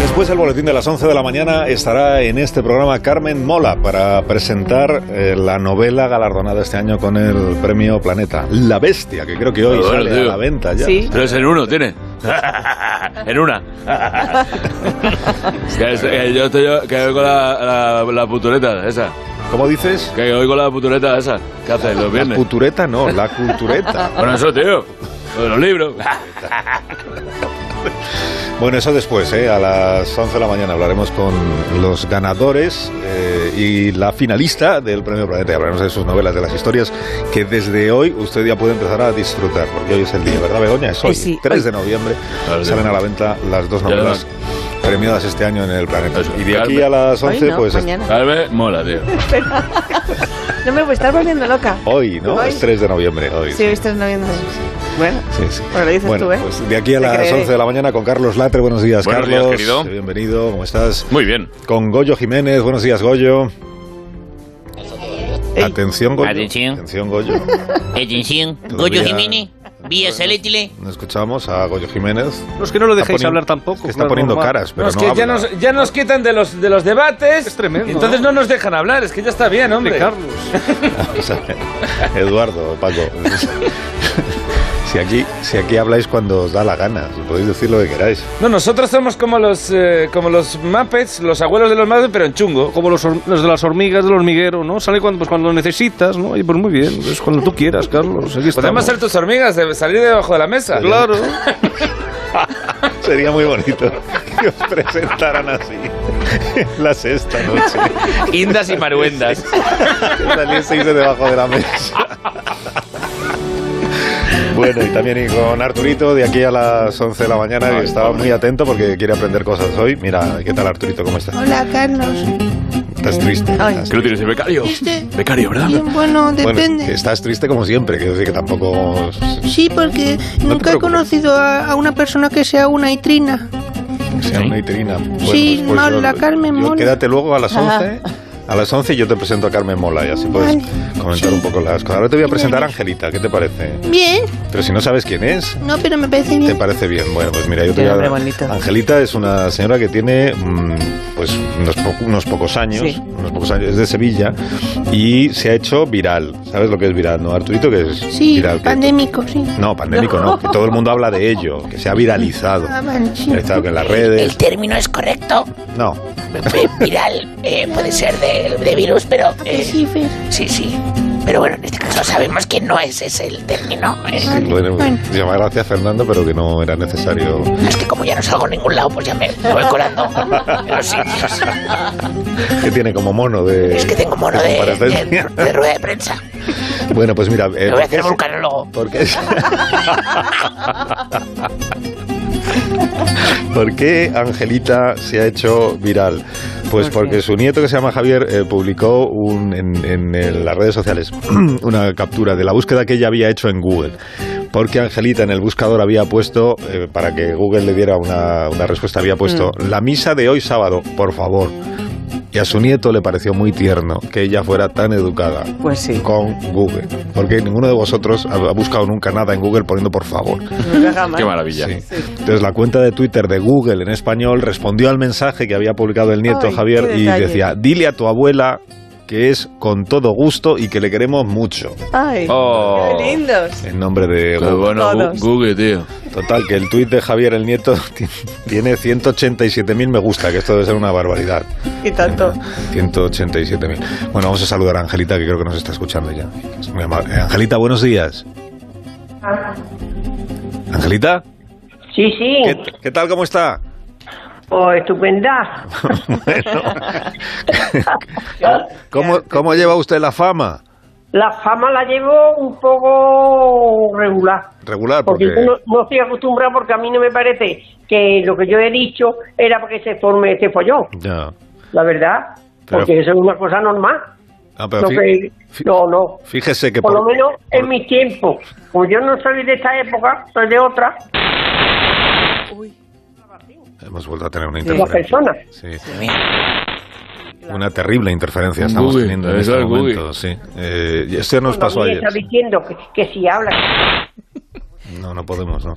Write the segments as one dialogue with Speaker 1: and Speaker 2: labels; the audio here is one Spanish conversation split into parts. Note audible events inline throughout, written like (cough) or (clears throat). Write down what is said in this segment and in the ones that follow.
Speaker 1: Después del boletín de las 11 de la mañana estará en este programa Carmen Mola para presentar eh, la novela galardonada este año con el premio Planeta, La Bestia, que creo que hoy
Speaker 2: Joder,
Speaker 1: sale a
Speaker 2: tío.
Speaker 1: la venta ya.
Speaker 3: Sí.
Speaker 2: Tres en uno
Speaker 4: (laughs)
Speaker 2: tiene. en una. que, es- que yo estoy que voy con la, la, la putureta esa.
Speaker 1: ¿Cómo dices?
Speaker 2: Que voy con la putureta esa. ¿Qué haces los
Speaker 1: La
Speaker 2: viernes?
Speaker 1: cultureta no, la cultureta.
Speaker 2: Bueno, eso, tío. Lo de los libros.
Speaker 1: Bueno, eso después, ¿eh? a las 11 de la mañana hablaremos con los ganadores eh, y la finalista del Premio Planeta. Y hablaremos de sus novelas, de las historias que desde hoy usted ya puede empezar a disfrutar, porque hoy es el día, ¿verdad, Begoña? Es hoy,
Speaker 3: Eh, sí,
Speaker 1: 3
Speaker 3: hoy.
Speaker 1: de noviembre,
Speaker 2: Claro,
Speaker 1: salen
Speaker 2: sí.
Speaker 1: a la venta las dos
Speaker 2: Ya
Speaker 1: novelas premiadas este año en el Planeta.
Speaker 2: Eso,
Speaker 1: Y de aquí a
Speaker 2: Carmen.
Speaker 1: las 11,
Speaker 3: Hoy no,
Speaker 1: pues...
Speaker 3: mañana.
Speaker 2: Carmen, mola, tío.
Speaker 3: No me voy a estar volviendo loca.
Speaker 1: Hoy, ¿no?
Speaker 3: Hoy.
Speaker 1: Es 3 de noviembre, hoy.
Speaker 3: Sí, hoy estás noviendo. Bueno,
Speaker 1: Sí, sí.
Speaker 3: Bueno, lo dices
Speaker 1: Bueno,
Speaker 3: tú, ¿eh?
Speaker 1: pues de aquí a
Speaker 3: Te
Speaker 1: las
Speaker 3: creeré.
Speaker 1: 11 de la mañana con Carlos Latre. Buenos días,
Speaker 5: Buenos días,
Speaker 1: Carlos.
Speaker 5: querido.
Speaker 1: Bienvenido, ¿cómo estás?
Speaker 2: Muy bien.
Speaker 1: Con Goyo Jiménez, buenos días, Goyo. Atención, Goyo.
Speaker 6: Atención.
Speaker 1: Goyo.
Speaker 6: Atención,
Speaker 1: Todavía-
Speaker 6: Goyo Jiménez, vía Salétile.
Speaker 1: No escuchamos a Goyo Jiménez.
Speaker 4: No es que no lo
Speaker 1: Está
Speaker 4: dejáis
Speaker 1: poni-
Speaker 4: hablar tampoco.
Speaker 1: es que está
Speaker 4: no es
Speaker 1: poniendo
Speaker 4: normal.
Speaker 1: caras, pero
Speaker 2: No, es
Speaker 1: no,
Speaker 2: que ya
Speaker 1: habla.
Speaker 2: nos, ya nos quitan de los, de los debates.
Speaker 4: Es tremendo,
Speaker 2: Entonces
Speaker 4: ¿no?
Speaker 2: no nos dejan hablar. Es que ya está bien, hombre.
Speaker 4: De Carlos.
Speaker 1: (laughs) O sea, Eduardo, Paco. (laughs) si, aquí, si aquí habláis cuando os da la gana, si podéis decir lo que queráis.
Speaker 2: No, nosotros somos como los, eh, como los Muppets, los abuelos de los Muppets, pero en chungo.
Speaker 4: Como los, hor- los de las hormigas, del hormiguero, ¿no? Sale cuando, pues cuando lo necesitas, ¿no? Y pues muy bien, es cuando tú quieras, Carlos. Aquí
Speaker 2: Podemos
Speaker 4: estamos.
Speaker 2: ser tus hormigas, de salir debajo de la mesa.
Speaker 4: Claro.
Speaker 1: ¿eh? Sería muy bonito (laughs) que os presentaran así en la sexta noche.
Speaker 2: (laughs) Indas y maruendas.
Speaker 1: que salieseis de debajo de la mesa. Bueno, y también y con Arturito de aquí a las 11 de la mañana, que estaba muy atento porque quiere aprender cosas hoy. Mira, ¿qué tal Arturito? ¿Cómo estás?
Speaker 7: Hola, Carlos.
Speaker 1: ¿Estás triste?
Speaker 3: Ay.
Speaker 1: ¿Estás
Speaker 2: ¿Qué lo tienes de becario?
Speaker 7: ¿Viste?
Speaker 2: Becario, ¿verdad?
Speaker 7: Bien,
Speaker 1: Bueno,
Speaker 7: bueno, depende.
Speaker 1: que estás triste como siempre, quiero decir que tampoco...
Speaker 7: Sí, porque
Speaker 1: te
Speaker 7: nunca he
Speaker 1: preocupes.
Speaker 7: conocido a, a una persona que sea una hitrina.
Speaker 1: sea una pues, vitrina.
Speaker 7: Sí, Mola, Carmen Mola.
Speaker 1: Quédate luego a las 11. A las 11 yo te presento a Carmen Mola y así puedes
Speaker 7: Vale.
Speaker 1: comentar
Speaker 7: Sí.
Speaker 1: un poco las cosas. Ahora te voy a presentar a
Speaker 7: Vale.
Speaker 1: Angelita, ¿qué te parece?
Speaker 7: Bien.
Speaker 1: Pero si no sabes quién es...
Speaker 7: No, pero me parece
Speaker 1: ¿Te
Speaker 7: bien.
Speaker 1: parece bien? Bueno, pues mira, yo te
Speaker 3: Qué
Speaker 1: voy a
Speaker 3: nombre
Speaker 1: dar-
Speaker 3: bonito.
Speaker 1: Angelita es una señora que tiene mm, pues unos, po- unos pocos años,
Speaker 3: Sí.
Speaker 1: unos pocos años, es de Sevilla y se ha hecho viral. ¿Sabes lo que es viral, no, Arturito? Que es
Speaker 7: Sí,
Speaker 1: viral. que-
Speaker 7: pandémico, sí.
Speaker 1: no, pandémico no, que todo el mundo habla de ello, que se ha viralizado.
Speaker 7: (laughs) Ah, vale, sí.
Speaker 1: Viralizado que en las
Speaker 6: El
Speaker 1: redes.
Speaker 6: término es correcto.
Speaker 1: No,
Speaker 6: eh, Viral eh, puede ser de, de virus, pero. eh,
Speaker 7: Sí, Fer.
Speaker 6: sí, sí. Pero bueno, en este caso sabemos que no ese es el término. eh.
Speaker 1: bueno,
Speaker 7: Bueno.
Speaker 1: llamar gracias Fernando, pero que no era necesario.
Speaker 6: Es que como ya no salgo a ningún lado, pues ya me me voy colando en los sitios.
Speaker 1: Que tiene como mono de.
Speaker 6: Es que tengo mono de, de,
Speaker 1: comparecencia.
Speaker 6: de rueda de prensa.
Speaker 1: Eh. Bueno, pues mira. eh,
Speaker 6: Me voy a hacer vulcanólogo.
Speaker 1: ¿Por qué? ¿Por qué Angelita se ha hecho viral? Pues
Speaker 3: ¿Por qué?
Speaker 1: porque su nieto que se llama Javier eh, publicó un- en, en- en las redes sociales (clears throat) una captura de la búsqueda que ella había hecho en Google. Porque Angelita en el buscador había puesto, eh, para que Google le diera una, una respuesta, había puesto
Speaker 3: Mm.
Speaker 1: la misa de hoy sábado, por favor. Y a su nieto le pareció muy tierno que ella fuera tan educada
Speaker 3: Pues
Speaker 7: (laughs)
Speaker 3: sí.
Speaker 1: con Google. Porque ninguno de vosotros ha ha buscado nunca nada en Google poniendo por favor.
Speaker 3: Nunca jamás.
Speaker 2: Qué maravilla.
Speaker 1: Sí. Entonces la cuenta de Twitter de Google en español respondió al mensaje que había publicado el nieto
Speaker 3: Ay,
Speaker 1: Javier
Speaker 3: qué
Speaker 1: y
Speaker 3: detalle.
Speaker 1: decía, dile a tu abuela que es con todo gusto y que le queremos mucho.
Speaker 3: Ay,
Speaker 2: Oh.
Speaker 3: qué lindos.
Speaker 1: En nombre de
Speaker 2: Qué
Speaker 1: Google.
Speaker 2: bueno, Gu-
Speaker 3: Todos.
Speaker 2: Google, (laughs) tío.
Speaker 1: Total, que el tuit de Javier el nieto (laughs) ti- tiene 187.000 me gusta, que esto debe ser una barbaridad.
Speaker 3: Y tanto.
Speaker 1: 187.000. Bueno, vamos a saludar a Angelita, que creo que nos está escuchando ya. Es muy amable. Eh, Angelita, buenos días. Angelita,
Speaker 8: Sí, sí.
Speaker 1: ¿qué, qué tal? ¿Cómo está? (laughs)
Speaker 8: Oh,
Speaker 9: Pues
Speaker 8: estupenda.
Speaker 1: ¿Ah? bueno. ¿Cómo, ¿Cómo lleva usted la fama?
Speaker 9: La fama la llevo un poco regular.
Speaker 1: Regular,
Speaker 9: Porque
Speaker 1: porque...
Speaker 9: yo no, no estoy acostumbrado porque a mí no me parece que lo que yo he dicho era para que se forme este follón,
Speaker 1: Ya.
Speaker 9: la verdad.
Speaker 1: Pero-
Speaker 9: Porque eso es una cosa normal.
Speaker 1: Ah, pero
Speaker 9: No,
Speaker 1: fí-
Speaker 9: que-
Speaker 1: fí-
Speaker 9: no, no.
Speaker 1: Fíjese que
Speaker 9: Por lo
Speaker 1: por-
Speaker 9: menos en
Speaker 1: por-
Speaker 9: mis tiempos. Como yo no soy de esta época, soy de otra.
Speaker 1: Hemos vuelto a tener una
Speaker 9: Las
Speaker 1: interferencia.
Speaker 9: personas.
Speaker 1: Sí. Una terrible interferencia estamos
Speaker 10: Google,
Speaker 1: teniendo en
Speaker 10: es
Speaker 1: este
Speaker 10: el Google.
Speaker 1: momento. Sí. Eh, y este nos
Speaker 9: Cuando
Speaker 1: pasó
Speaker 9: a mí me
Speaker 1: ayer.
Speaker 9: Está diciendo que, que si habla.
Speaker 1: No, no podemos, no.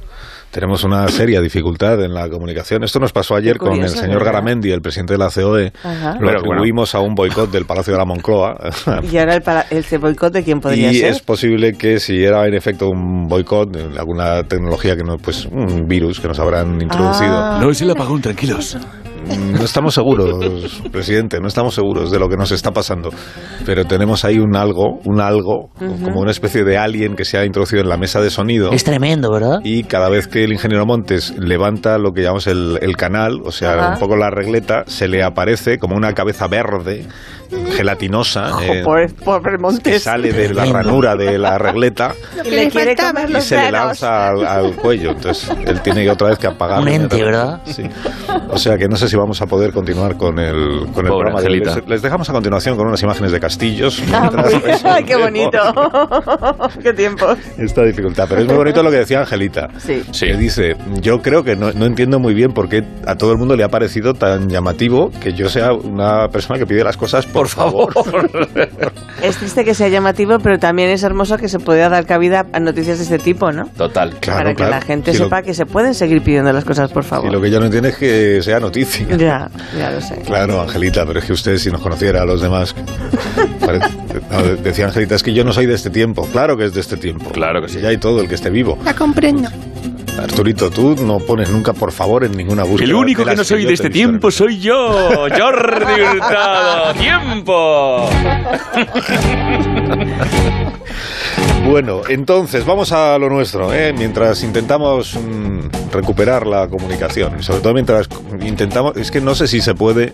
Speaker 1: Tenemos una seria dificultad en la comunicación. Esto nos pasó ayer
Speaker 7: Qué
Speaker 1: con el
Speaker 7: curioso,
Speaker 1: señor
Speaker 7: ¿verdad?
Speaker 1: Garamendi, el presidente de la COE.
Speaker 7: Ajá.
Speaker 1: Lo atribuimos a un boicot del Palacio de la Moncloa.
Speaker 7: Y ahora el, para, el se boicote, ¿quién (laughs) podría
Speaker 1: y
Speaker 7: ser?
Speaker 1: es posible que si era en efecto un boicot, en alguna tecnología que no, pues un virus que nos habrán introducido. Eh,
Speaker 7: Ah.
Speaker 2: No es el apagón, tranquilos.
Speaker 1: Mm, No estamos seguros, presidente, no estamos seguros de lo que nos está pasando. Pero tenemos ahí un algo, un algo, como una especie de alien que se ha introducido en la mesa de sonido.
Speaker 6: Este
Speaker 11: Es tremendo, ¿verdad?
Speaker 1: Y cada vez que el ingeniero Montes levanta lo que llamamos el, el canal, o sea,
Speaker 7: Ajá.
Speaker 1: un poco la regleta, se le aparece como una cabeza verde, gelatinosa,
Speaker 7: Ojo,
Speaker 1: eh,
Speaker 7: pobre, pobre
Speaker 1: que
Speaker 7: Montes.
Speaker 1: sale de la
Speaker 11: Tremendo.
Speaker 1: ranura de la
Speaker 7: (laughs)
Speaker 1: regleta
Speaker 7: Y
Speaker 12: que
Speaker 7: le
Speaker 12: le
Speaker 7: quiere
Speaker 12: faltaba.
Speaker 7: comer
Speaker 1: y
Speaker 7: los
Speaker 1: se le
Speaker 7: granos.
Speaker 1: lanza al, al cuello. Entonces, él tiene que otra vez que apagar.
Speaker 11: Un ente, ¿verdad?
Speaker 1: Sí. O sea que no sé si vamos a poder continuar con el, con
Speaker 13: Pobre
Speaker 1: el programa. de hoy.
Speaker 13: Angelita.
Speaker 1: Les, les dejamos a continuación con unas imágenes de castillos.
Speaker 7: Ah,
Speaker 1: (laughs) mientras
Speaker 7: muy bien. (laughs) Ay, qué bonito.
Speaker 1: resolvemos
Speaker 7: (laughs) qué tiempos.
Speaker 1: Esta dificultad. Pero es muy bonito lo que decía Angelita.
Speaker 7: (laughs) Sí.
Speaker 13: Sí.
Speaker 1: Que dice, yo creo que no, no entiendo muy bien por qué a todo el mundo le ha parecido tan llamativo que yo sea una persona que pide las cosas por, favor.
Speaker 7: Es triste que sea llamativo, pero también es hermoso que se pueda dar cabida a noticias de este tipo, ¿no?
Speaker 13: Total.
Speaker 1: Claro,
Speaker 7: Para que
Speaker 1: claro.
Speaker 7: la gente
Speaker 1: Si lo-
Speaker 7: sepa que se pueden seguir pidiendo las cosas, por
Speaker 1: Y
Speaker 7: favor.
Speaker 1: lo que yo no entiendo es que sea noticia.
Speaker 7: Ya, ya lo sé.
Speaker 1: Claro, Angelita, pero es que usted si nos conociera a los demás... Pare- no, de- decía Angelita, es que yo no soy de este tiempo. Claro que es de este tiempo.
Speaker 13: Claro que sí.
Speaker 1: Ya hay todo, el que esté vivo.
Speaker 12: La comprendo.
Speaker 1: Arturito, tú no pones nunca por favor en ninguna búsqueda.
Speaker 2: El único
Speaker 1: de
Speaker 2: que
Speaker 1: las
Speaker 2: no soy
Speaker 1: yo
Speaker 2: de
Speaker 1: te
Speaker 2: este
Speaker 1: he visto en-
Speaker 2: tiempo soy yo.
Speaker 10: Jordi
Speaker 2: (laughs)
Speaker 10: Hurtado, tiempo.
Speaker 1: Bueno, entonces vamos a lo nuestro, ¿eh? mientras intentamos mm, recuperar la comunicación, sobre todo mientras intentamos, es que no sé si se puede,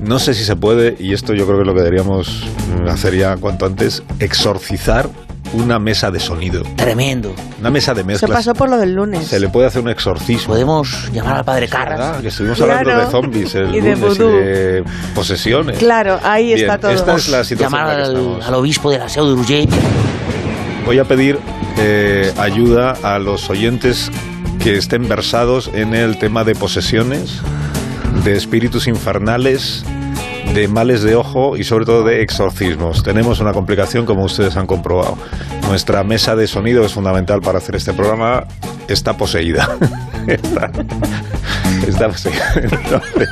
Speaker 1: no sé si se puede, y esto yo creo que es lo que deberíamos mm, hacer ya cuanto antes, exorcizar una mesa de sonido,
Speaker 11: Tremendo.
Speaker 1: una mesa de
Speaker 7: Se
Speaker 1: mezclas.
Speaker 7: pasó por lo del lunes.
Speaker 1: Se le puede hacer un exorcismo.
Speaker 11: Podemos llamar al padre Carras.
Speaker 1: ¿verdad? Que estuvimos
Speaker 7: Claro.
Speaker 1: hablando de zombies el
Speaker 7: Y de
Speaker 1: lunes y
Speaker 7: vudú.
Speaker 1: de posesiones.
Speaker 7: Claro, ahí
Speaker 1: Bien,
Speaker 7: está todo.
Speaker 1: Esta es la situación
Speaker 11: Llamar
Speaker 1: en la que
Speaker 11: al,
Speaker 1: estamos.
Speaker 11: al obispo de la Seu de Urgell.
Speaker 1: Voy a pedir eh, ayuda a los oyentes que estén versados en el tema de posesiones, de espíritus infernales, de males de ojo y sobre todo de exorcismos. Tenemos una complicación como ustedes han comprobado. Nuestra mesa de sonido, que es fundamental para hacer este programa, está poseída. (laughs) está, está poseída. (laughs) Entonces,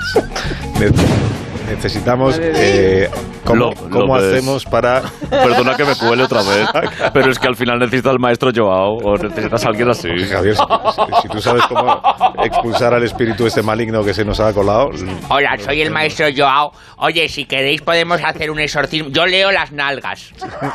Speaker 1: ne- necesitamos... eh, ¿Cómo,
Speaker 2: Lo-
Speaker 1: cómo
Speaker 2: López.
Speaker 1: hacemos para
Speaker 2: Perdona que me cuele otra vez. Pero es que al final necesitas al maestro Joao o necesitas a alguien así.
Speaker 1: Javier, si, si- si tú sabes cómo expulsar al espíritu este maligno que se nos ha colado,
Speaker 6: Hola, soy el maestro Joao. Oye, si queréis podemos hacer un exorcismo. Yo leo las nalgas.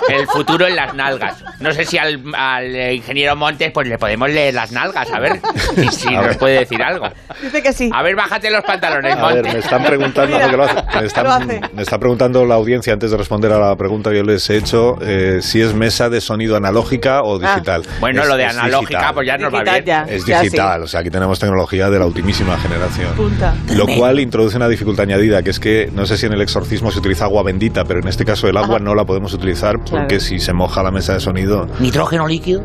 Speaker 6: El futuro en las nalgas. No sé si al, al, eh, ingeniero Montes pues le podemos leer las nalgas, a ver. Y si
Speaker 1: A
Speaker 6: nos
Speaker 1: ver.
Speaker 6: puede decir algo.
Speaker 7: Dice que sí.
Speaker 6: A ver, bájate los pantalones,
Speaker 1: a ver, me
Speaker 6: Montes.
Speaker 1: están preguntando
Speaker 7: Mira,
Speaker 1: porque lo hace- Me,
Speaker 7: lo
Speaker 1: están,
Speaker 7: hace.
Speaker 1: me está preguntando la audiencia antes de responder a la pregunta que yo les he hecho eh, si es mesa de sonido analógica o
Speaker 7: Ah.
Speaker 1: digital.
Speaker 6: Bueno,
Speaker 1: Es-
Speaker 6: lo de
Speaker 1: es
Speaker 6: analógica,
Speaker 1: digital.
Speaker 6: pues ya nos va
Speaker 7: Digital,
Speaker 6: bien.
Speaker 7: ya.
Speaker 1: Es
Speaker 7: ya sí.
Speaker 1: digital, o sea, aquí tenemos tecnología de la ultimísima generación.
Speaker 7: Punta.
Speaker 1: Lo cual introduce una dificultad añadida, que es que no sé si en el exorcismo se utiliza agua bendita, pero en este caso el agua no la podemos utilizar porque
Speaker 7: Claro.
Speaker 1: si se moja la mesa de sonido,
Speaker 11: Nitrógeno líquido.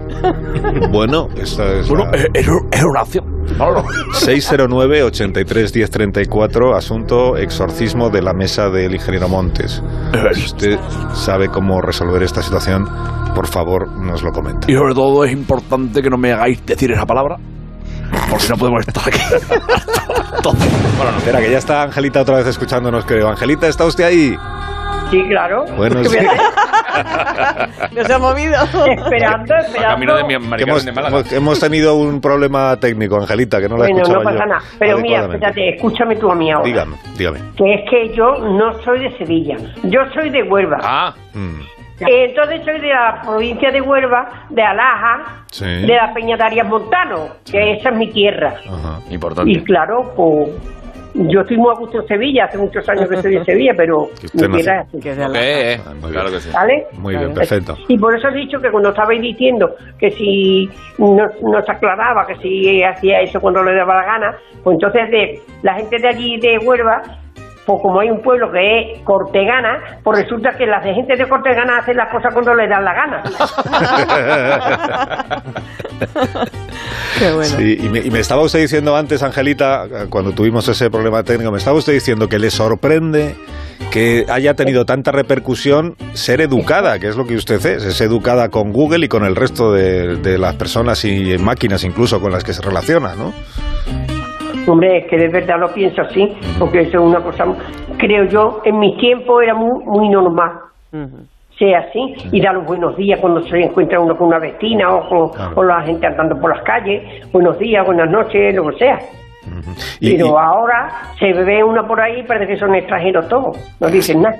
Speaker 1: bueno, esta es
Speaker 2: Bueno,
Speaker 1: la-
Speaker 2: eh, era, era una opción.
Speaker 1: 609-83-1034, asunto exorcismo de la mesa del ingeniero Montes.
Speaker 2: Eh,
Speaker 1: Si usted sabe cómo resolver esta situación, por favor nos lo comenta.
Speaker 2: Y sobre todo es importante que no me hagáis decir esa palabra. Por si no podemos estar aquí.
Speaker 1: Ah, Espera, que ya está Angelita otra vez escuchándonos, creo. Angelita, ¿está usted ahí?
Speaker 9: Sí, claro.
Speaker 1: Bueno,
Speaker 9: Que
Speaker 1: sí.
Speaker 9: me-
Speaker 7: No se ha
Speaker 1: (laughs)
Speaker 7: movido.
Speaker 13: (laughs)
Speaker 9: Esperando,
Speaker 13: A camino
Speaker 9: esperando.
Speaker 13: de mi
Speaker 1: Que hemos,
Speaker 13: Maricarmen de Málaga.
Speaker 1: hemos- hemos tenido un problema técnico, Angelita, que no la
Speaker 9: Bueno, no
Speaker 1: escuchaba
Speaker 9: pasa
Speaker 1: yo
Speaker 9: nada. Pero mira,
Speaker 1: adecuadamente.
Speaker 9: fíjate, escúchame tú a mí ahora.
Speaker 1: Dígame, dígame.
Speaker 9: Que es que yo no soy de Sevilla. Yo soy de Huelva.
Speaker 13: Ah,
Speaker 1: Mm,
Speaker 9: Eh, Entonces soy de la provincia de Huelva, de Alaja,
Speaker 1: Sí.
Speaker 9: de la Peña de Arias Montano, que esa es mi tierra. (laughs)
Speaker 1: ajá.
Speaker 9: Y
Speaker 13: importante.
Speaker 9: claro, pues Yo estoy muy a gusto en Sevilla, hace muchos
Speaker 1: (laughs)
Speaker 9: años que estoy en Sevilla, pero
Speaker 1: Que usted no
Speaker 9: me queda así,
Speaker 7: Que es de la-
Speaker 6: Eh, eh,
Speaker 1: Ah, muy
Speaker 2: claro
Speaker 1: bien.
Speaker 2: que sí.
Speaker 9: ¿vale?
Speaker 1: Muy bien, perfecto.
Speaker 9: Y por eso he dicho que cuando estabais diciendo que si no, no se aclaraba, que si hacía eso cuando le daba la gana, pues entonces de la gente de allí de Huelva, pues como hay un pueblo que es Cortegana, pues resulta que la gente de Cortegana hacen las cosas cuando le dan la gana.
Speaker 7: Qué bueno.
Speaker 1: Sí, y, me, y me estaba usted diciendo antes, Angelita, cuando tuvimos ese problema técnico, me estaba usted diciendo que le sorprende que haya tenido tanta repercusión ser educada, que es lo que usted es, es educada con Google y con el resto de, de las personas y máquinas incluso con las que se relaciona, ¿no?
Speaker 9: Hombre, es que de verdad lo pienso así, porque eso es una cosa, creo yo, en mis tiempos era muy, muy normal.
Speaker 7: Ujú.
Speaker 9: sea así y da los buenos días cuando se encuentra uno con una vecina o con, o la gente andando por las calles, buenos días, buenas noches, lo que sea.
Speaker 1: Y-
Speaker 9: Pero
Speaker 1: y-
Speaker 9: ahora se ve una por ahí y parece que son extranjeros todos, no dicen nada.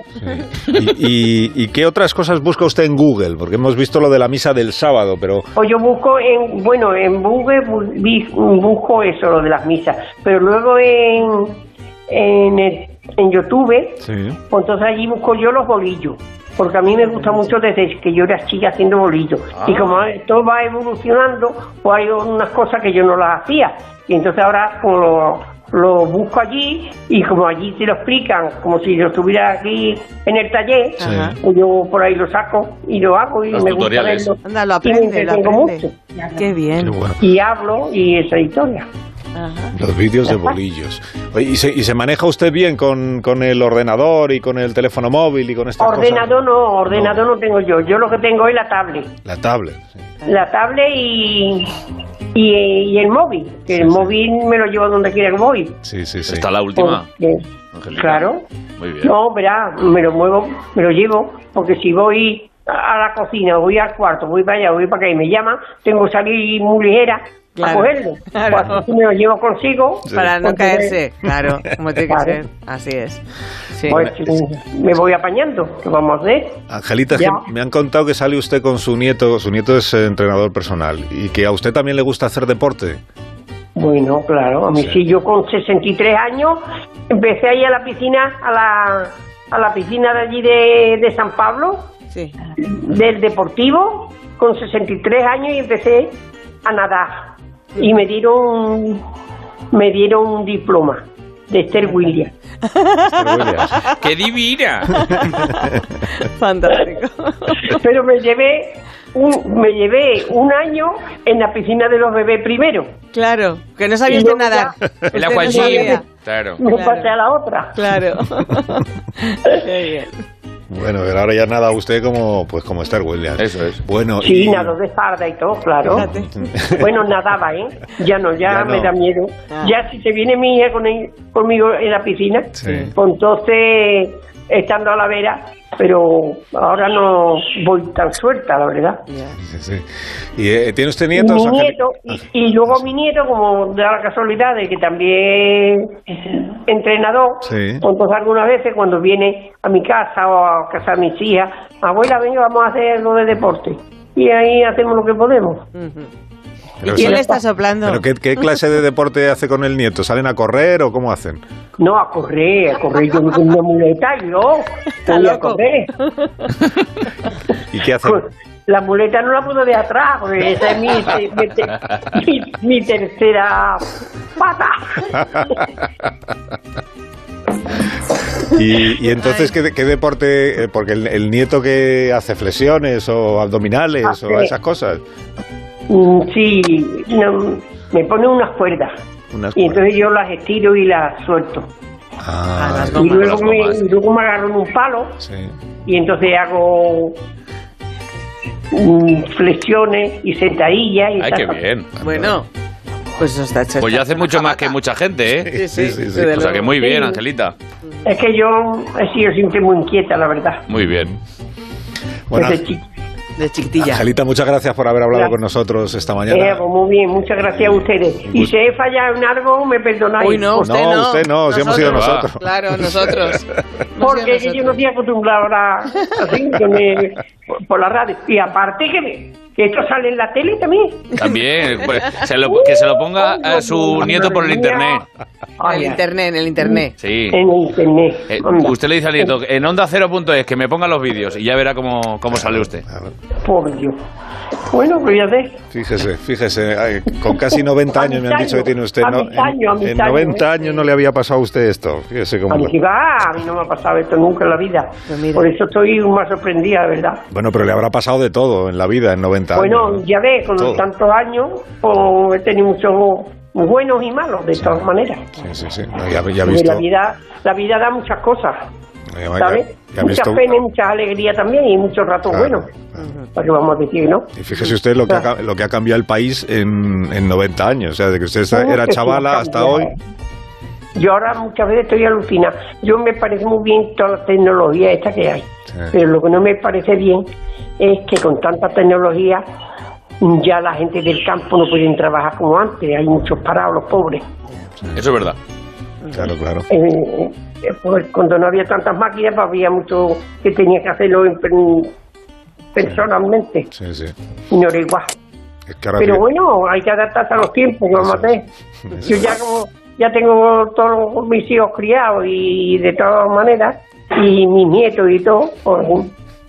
Speaker 1: ¿Y, y- y qué otras cosas busca usted en Google? Porque hemos visto lo de la misa del sábado, pero
Speaker 9: O yo busco en, bueno, en Google bu- bi- busco eso, lo de las misas, pero luego en, en, el- en YouTube, pues entonces allí busco yo los bolillos. Porque a mí me gusta mucho desde que yo era chica haciendo bolillos.
Speaker 2: Ah.
Speaker 9: Y como esto va evolucionando, pues hay unas cosas que yo no las hacía. Y entonces ahora como lo, lo busco allí y como allí te lo explican, como si yo estuviera aquí en el taller,
Speaker 7: Ajá.
Speaker 9: pues yo por ahí lo saco y lo hago y
Speaker 2: Los
Speaker 9: me
Speaker 2: tutoriales.
Speaker 9: gusta verlo.
Speaker 7: Anda, lo
Speaker 9: Y me
Speaker 7: aprende, lo
Speaker 9: entretengo
Speaker 7: aprende.
Speaker 9: mucho.
Speaker 7: Qué bien.
Speaker 1: pero bueno,
Speaker 9: Y hablo y esa historia.
Speaker 7: Ajá.
Speaker 1: los vídeos de bolillos. Oye, ¿Y se, y se maneja usted bien con, con el ordenador y con el teléfono móvil y con estas cosas?
Speaker 9: Ordenador no, ordenador no. tengo yo. Yo lo que tengo es la tablet.
Speaker 1: La tablet. sí.
Speaker 9: La tablet y, y, y el móvil. Que el móvil me lo llevo donde quiera que voy.
Speaker 1: Sí, sí, sí.
Speaker 2: Está la última.
Speaker 9: Porque-
Speaker 2: Angelina.
Speaker 9: Pues, claro.
Speaker 2: Muy bien.
Speaker 9: No, verá, me lo muevo, me lo llevo, porque si voy a la cocina, voy al cuarto, voy para allá, voy para acá y me llaman, tengo que salir muy ligera
Speaker 7: Claro.
Speaker 9: a cogerlo.
Speaker 7: (laughs) Claro.
Speaker 9: Pues así me lo llevo consigo.
Speaker 7: Para no
Speaker 9: porque-
Speaker 7: caerse, claro, como tiene que
Speaker 9: Claro.
Speaker 7: ser. Así es. Sí.
Speaker 9: Pues, me voy apañando, ¿qué vamos a hacer?
Speaker 1: Angelita, es que
Speaker 9: Ya.
Speaker 1: me han contado que sale usted con su nieto, su nieto es eh, entrenador personal, y que a usted también le gusta hacer deporte.
Speaker 9: Bueno, claro, a mí
Speaker 1: Sí.
Speaker 9: sí. yo con 63 años empecé ahí a la piscina, a la, a la piscina de allí de, de San Pablo,
Speaker 7: Sí.
Speaker 9: del deportivo, con 63 años y empecé a nadar. Y me dieron, me dieron un diploma de Esther
Speaker 7: (laughs)
Speaker 9: Williams.
Speaker 6: ¡Qué divina!
Speaker 7: (laughs) Fantástico.
Speaker 9: Pero me llevé, un, me llevé un año en la piscina de los bebés primero.
Speaker 7: Claro, que no sabía
Speaker 9: Y
Speaker 7: usted
Speaker 9: luego
Speaker 7: nadar.
Speaker 9: ya-
Speaker 7: (laughs) Usted
Speaker 6: El
Speaker 7: no
Speaker 6: aguachile.
Speaker 7: sabía.
Speaker 6: Claro.
Speaker 9: Me
Speaker 7: Claro.
Speaker 9: pasé a la otra.
Speaker 7: Claro. (laughs) Qué bien.
Speaker 1: Bueno, pero ahora ya nada, usted como pues como Star Williams.
Speaker 2: Eso es.
Speaker 1: Bueno,
Speaker 9: Sí,
Speaker 1: y-
Speaker 9: nado de espalda y todo, claro.
Speaker 7: Fíjate.
Speaker 9: Bueno, nadaba, ¿eh? Ya no, ya,
Speaker 1: Ya no.
Speaker 9: me da miedo.
Speaker 7: Ah.
Speaker 9: Ya si se viene mi hija con el- conmigo en la piscina,
Speaker 1: Sí.
Speaker 9: pues entonces estando a la vera, pero ahora no voy tan suelta, la verdad.
Speaker 7: Ya.
Speaker 1: (laughs) Sí, sí. ¿Y eh, tiene usted
Speaker 9: Y
Speaker 1: nietos?
Speaker 9: mi
Speaker 1: Angeli-
Speaker 9: nieto, y, y luego mi nieto, como da la casualidad de que también es entrenador,
Speaker 1: Sí.
Speaker 9: pues entonces algunas veces cuando viene a mi casa o a casa de mis hijas, abuela, venga, vamos a hacer lo de deporte. Y ahí hacemos lo que podemos.
Speaker 7: Ujú.
Speaker 1: Pero
Speaker 7: ¿Y quién
Speaker 1: eso-
Speaker 7: le está soplando?
Speaker 1: ¿Pero qué, qué clase de deporte hace con el nieto? ¿Salen a correr o cómo hacen?
Speaker 9: No, a correr, a correr yo con (laughs) una muleta, yo
Speaker 7: Está
Speaker 9: voy a
Speaker 7: loco.
Speaker 9: (laughs) correr.
Speaker 1: ¿Y qué
Speaker 9: Pues,
Speaker 1: hacen?
Speaker 9: La muleta no la puedo de atrás, porque esa es mi, mi, (laughs) mi- mi tercera pata.
Speaker 1: (laughs) ¿Y, y entonces ¿qué, de- qué deporte? eh, Porque el, el nieto que hace flexiones o abdominales
Speaker 9: Hace-
Speaker 1: o esas cosas.
Speaker 9: Mm, Sí, no, me pone unas cuerdas.
Speaker 1: Unas
Speaker 9: Y entonces yo las estiro y las suelto.
Speaker 1: Ah,
Speaker 7: A las
Speaker 9: Y
Speaker 7: Toma,
Speaker 9: luego,
Speaker 2: las
Speaker 9: me,
Speaker 2: tomas.
Speaker 9: y luego me agarro en un palo
Speaker 1: sí.
Speaker 9: y entonces hago mm, flexiones y sentadillas. Y
Speaker 2: Ay, qué
Speaker 9: tal.
Speaker 2: bien.
Speaker 7: Bueno, pues eso está hecho.
Speaker 2: Pues ya hace mucho más que mucha gente, ¿eh?
Speaker 7: Sí, sí,
Speaker 1: Sí, sí, sí.
Speaker 7: desde
Speaker 2: O sea que
Speaker 7: luego.
Speaker 2: muy bien, Angelita.
Speaker 9: Es que yo he sido siempre muy inquieta, la verdad.
Speaker 2: Muy bien.
Speaker 1: Bueno,
Speaker 9: Desde chica.
Speaker 7: De chiquitilla.
Speaker 1: Angelita, muchas gracias por haber hablado
Speaker 9: Gracias.
Speaker 1: con nosotros esta
Speaker 9: Eh,
Speaker 1: mañana.
Speaker 9: pues muy bien, muchas gracias a ustedes. Y
Speaker 2: Pues-
Speaker 9: si he fallado en algo, me perdonáis.
Speaker 7: Uy, no, usted
Speaker 1: No,
Speaker 7: no.
Speaker 1: usted no, si hemos sido nosotros.
Speaker 7: Claro, nosotros. Hemos sido
Speaker 9: Porque yo no
Speaker 7: nosotros.
Speaker 9: estoy acostumbrada así, que me, por, por la radio. Y aparte que, me- que esto sale en la tele también.
Speaker 2: También, pues, se lo- que se lo ponga a su nieto por el internet.
Speaker 9: Ay,
Speaker 7: en el
Speaker 9: ay,
Speaker 7: internet, en el internet.
Speaker 2: Sí.
Speaker 9: En el internet.
Speaker 2: Eh,
Speaker 9: Anda.
Speaker 2: usted le dice al nieto, en onda 0.es, que me ponga los vídeos y ya verá cómo, cómo sale usted.
Speaker 9: Por Dios. Bueno, pues ya sé.
Speaker 1: Fíjese, fíjese, ay, con casi 90 años me han dicho que tiene usted.
Speaker 9: A
Speaker 1: ¿no?
Speaker 9: mis años, a mis
Speaker 1: en, en
Speaker 9: años,
Speaker 1: 90
Speaker 9: ¿eh?
Speaker 1: años no le había pasado a usted esto. Fíjese cómo
Speaker 9: A
Speaker 1: lo-
Speaker 9: mí, que va, a mí no me ha pasado esto nunca en la vida.
Speaker 7: Pues mira.
Speaker 9: Por eso estoy más sorprendida, de verdad.
Speaker 1: Bueno, pero le habrá pasado de todo en la vida en 90
Speaker 9: Bueno,
Speaker 1: años. ¿no?
Speaker 9: ya ves, con
Speaker 1: Todo.
Speaker 9: tantos años pues, he tenido muchos buenos y malos, de todas maneras.
Speaker 1: Sí, sí, sí. No, ya, ya ha
Speaker 9: Porque
Speaker 1: visto.
Speaker 9: La vida, la vida da muchas cosas,
Speaker 1: ya- ya-
Speaker 9: ¿sabes?
Speaker 1: Eh, ya ha
Speaker 9: muchas
Speaker 1: visto-
Speaker 9: penas, y muchas alegrías también y muchos ratos
Speaker 1: Claro,
Speaker 9: buenos. ¿Para qué vamos a decir, no?
Speaker 1: Y fíjese usted lo que,
Speaker 9: Ah.
Speaker 1: ha, ca- lo que ha cambiado el país en, en 90 años. O sea, de que usted
Speaker 9: Todo
Speaker 1: era
Speaker 9: que se
Speaker 1: chavala
Speaker 9: cambia. eh.
Speaker 1: hasta hoy.
Speaker 9: Yo ahora muchas veces estoy alucinada. Yo me parece muy bien toda la tecnología esta que hay.
Speaker 1: Sí.
Speaker 9: Pero lo que no me parece bien es que con tanta tecnología ya la gente del campo no pueden trabajar como antes. Hay muchos parados, los pobres.
Speaker 2: Eso es verdad.
Speaker 1: Claro, claro.
Speaker 9: Eh, eh, pues cuando no había tantas máquinas, pues había mucho que tenía que hacerlo en per- personalmente.
Speaker 1: Sí, sí.
Speaker 9: Y no era igual.
Speaker 1: Es que ahora
Speaker 9: Pero
Speaker 1: tiene-
Speaker 9: bueno, hay que adaptarse a los tiempos, ¿qué vamos a hacer? Yo ya como ya tengo todos mis hijos criados y de todas maneras, y mis nietos y todo, pues,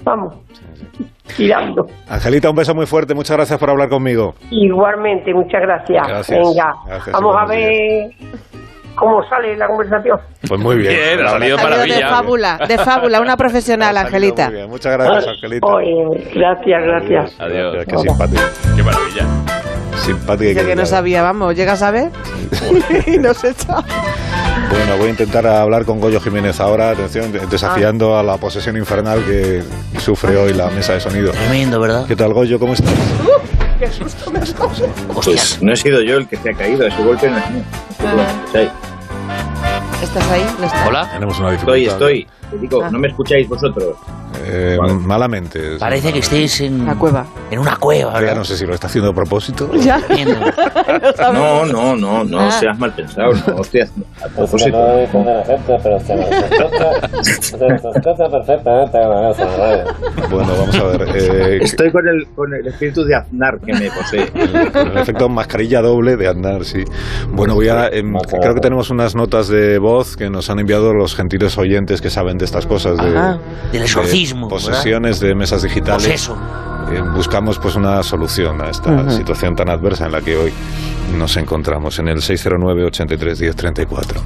Speaker 9: vamos, tirando.
Speaker 1: Angelita, un beso muy fuerte. Muchas gracias por hablar conmigo.
Speaker 9: Igualmente, muchas gracias.
Speaker 1: Gracias.
Speaker 9: Venga,
Speaker 1: Gracias y
Speaker 9: vamos a
Speaker 1: buenos
Speaker 9: ver cómo sale la conversación.
Speaker 1: Pues muy bien.
Speaker 2: Bien, ha salido
Speaker 7: Ha salido de
Speaker 2: maravilla.
Speaker 7: fábula, de fábula, una profesional,
Speaker 1: Ha salido
Speaker 7: Angelita.
Speaker 1: muy bien. Muchas gracias, Angelita.
Speaker 9: Oye, gracias, gracias.
Speaker 2: Adiós.
Speaker 1: Qué simpática.
Speaker 2: Qué maravilla.
Speaker 1: Simpática y
Speaker 7: Dice que no
Speaker 1: querida.
Speaker 7: sabía, vamos, llega a saber (laughs) y nos echa.
Speaker 1: Bueno, voy a intentar hablar con Goyo Jiménez ahora, atención,
Speaker 9: Ah.
Speaker 1: de- desafiando a la posesión infernal que sufre hoy la mesa de sonido.
Speaker 11: Tremendo, ¿verdad?
Speaker 1: ¿Qué tal, Goyo? ¿Cómo estás?
Speaker 11: Hostias.
Speaker 14: No he sido yo el que se ha caído, ese golpe no es mío.
Speaker 7: Ah.
Speaker 14: Sí,
Speaker 7: ¿Estás ahí? No está.
Speaker 2: Hola.
Speaker 1: Tenemos una
Speaker 14: Estoy,
Speaker 1: dificultad.
Speaker 14: estoy. Te
Speaker 7: Ah.
Speaker 14: digo, no me escucháis vosotros.
Speaker 1: Eh,
Speaker 14: Vale.
Speaker 1: Malamente.
Speaker 11: Parece que estéis en,
Speaker 7: La cueva.
Speaker 11: en una cueva,
Speaker 1: Yo ya
Speaker 11: ¿verdad?
Speaker 1: no sé si lo está haciendo a propósito.
Speaker 7: Ya.
Speaker 11: Tremendo.
Speaker 14: No, no, no, no
Speaker 7: Ah.
Speaker 14: seas mal pensado. No, estoy haciendo Pues, a propósito.
Speaker 1: Bueno, vamos a ver.
Speaker 14: (laughs)
Speaker 1: eh,
Speaker 14: Estoy con el, con el espíritu de Aznar que me posee.
Speaker 1: el efecto mascarilla doble de andar, sí. Bueno, voy a. em, creo que tenemos unas notas de voz que nos han enviado los gentiles oyentes que saben de estas cosas. De,
Speaker 7: Ajá.
Speaker 11: Del
Speaker 1: de
Speaker 11: exorcismo. ¿verdad?
Speaker 1: posesiones de mesas digitales.
Speaker 11: Poseso.
Speaker 1: Eh, buscamos pues una solución a esta
Speaker 7: Ajá.
Speaker 1: situación tan adversa en la que hoy nos encontramos en el 609 83 10 34.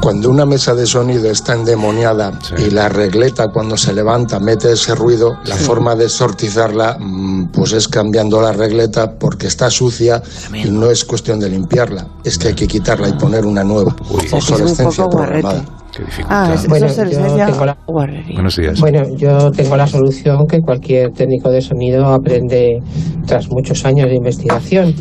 Speaker 15: Cuando una mesa de sonido está endemoniada
Speaker 1: Sí.
Speaker 15: y la regleta cuando se levanta mete ese ruido, la forma de exorcizarla mm, pues es cambiando la regleta porque está sucia y no es cuestión de limpiarla, es que hay que quitarla y poner una nueva.
Speaker 7: sea, que es un
Speaker 15: Obsolescencia
Speaker 7: poco guarrete.
Speaker 15: programada.
Speaker 1: Qué dificultad.
Speaker 7: Ah, es-
Speaker 12: Bueno,
Speaker 7: eso se les
Speaker 12: yo
Speaker 7: decía.
Speaker 12: tengo la-
Speaker 7: Guarrería.
Speaker 1: Buenos días.
Speaker 12: Bueno, yo tengo la solución que cualquier técnico de sonido aprende tras muchos años de investigación.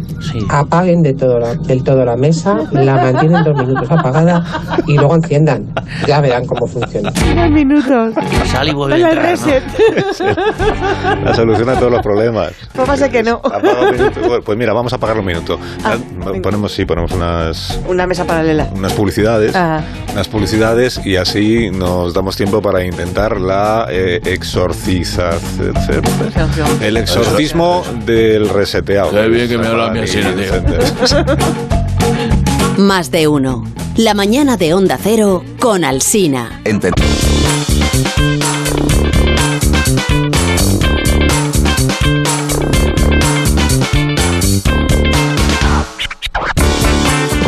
Speaker 7: Ah.
Speaker 12: Apaguen de todo la- del todo la mesa, la mantienen dos minutos apagada y luego enciendan. Ya verán cómo funciona.
Speaker 7: Tres minutos.
Speaker 11: Sale y vuelve a
Speaker 7: Dale al
Speaker 11: entrar, ¿no?
Speaker 7: reset.
Speaker 1: La solución a todos los problemas.
Speaker 7: Pues pasa que no.
Speaker 1: Apaga un minuto. Bueno, Pues mira, vamos a apagar un minuto.
Speaker 7: Ah,
Speaker 1: Ya,
Speaker 7: venga.
Speaker 1: ponemos, sí, ponemos unas,
Speaker 7: Una mesa paralela.
Speaker 1: unas publicidades.
Speaker 7: Ajá.
Speaker 1: Unas publicidades y así nos damos tiempo para intentar la eh, exorciza- El exorcismo del reseteado.
Speaker 2: Qué bien que me habla mi así,
Speaker 16: Más de uno. La mañana de Onda Cero con Alsina.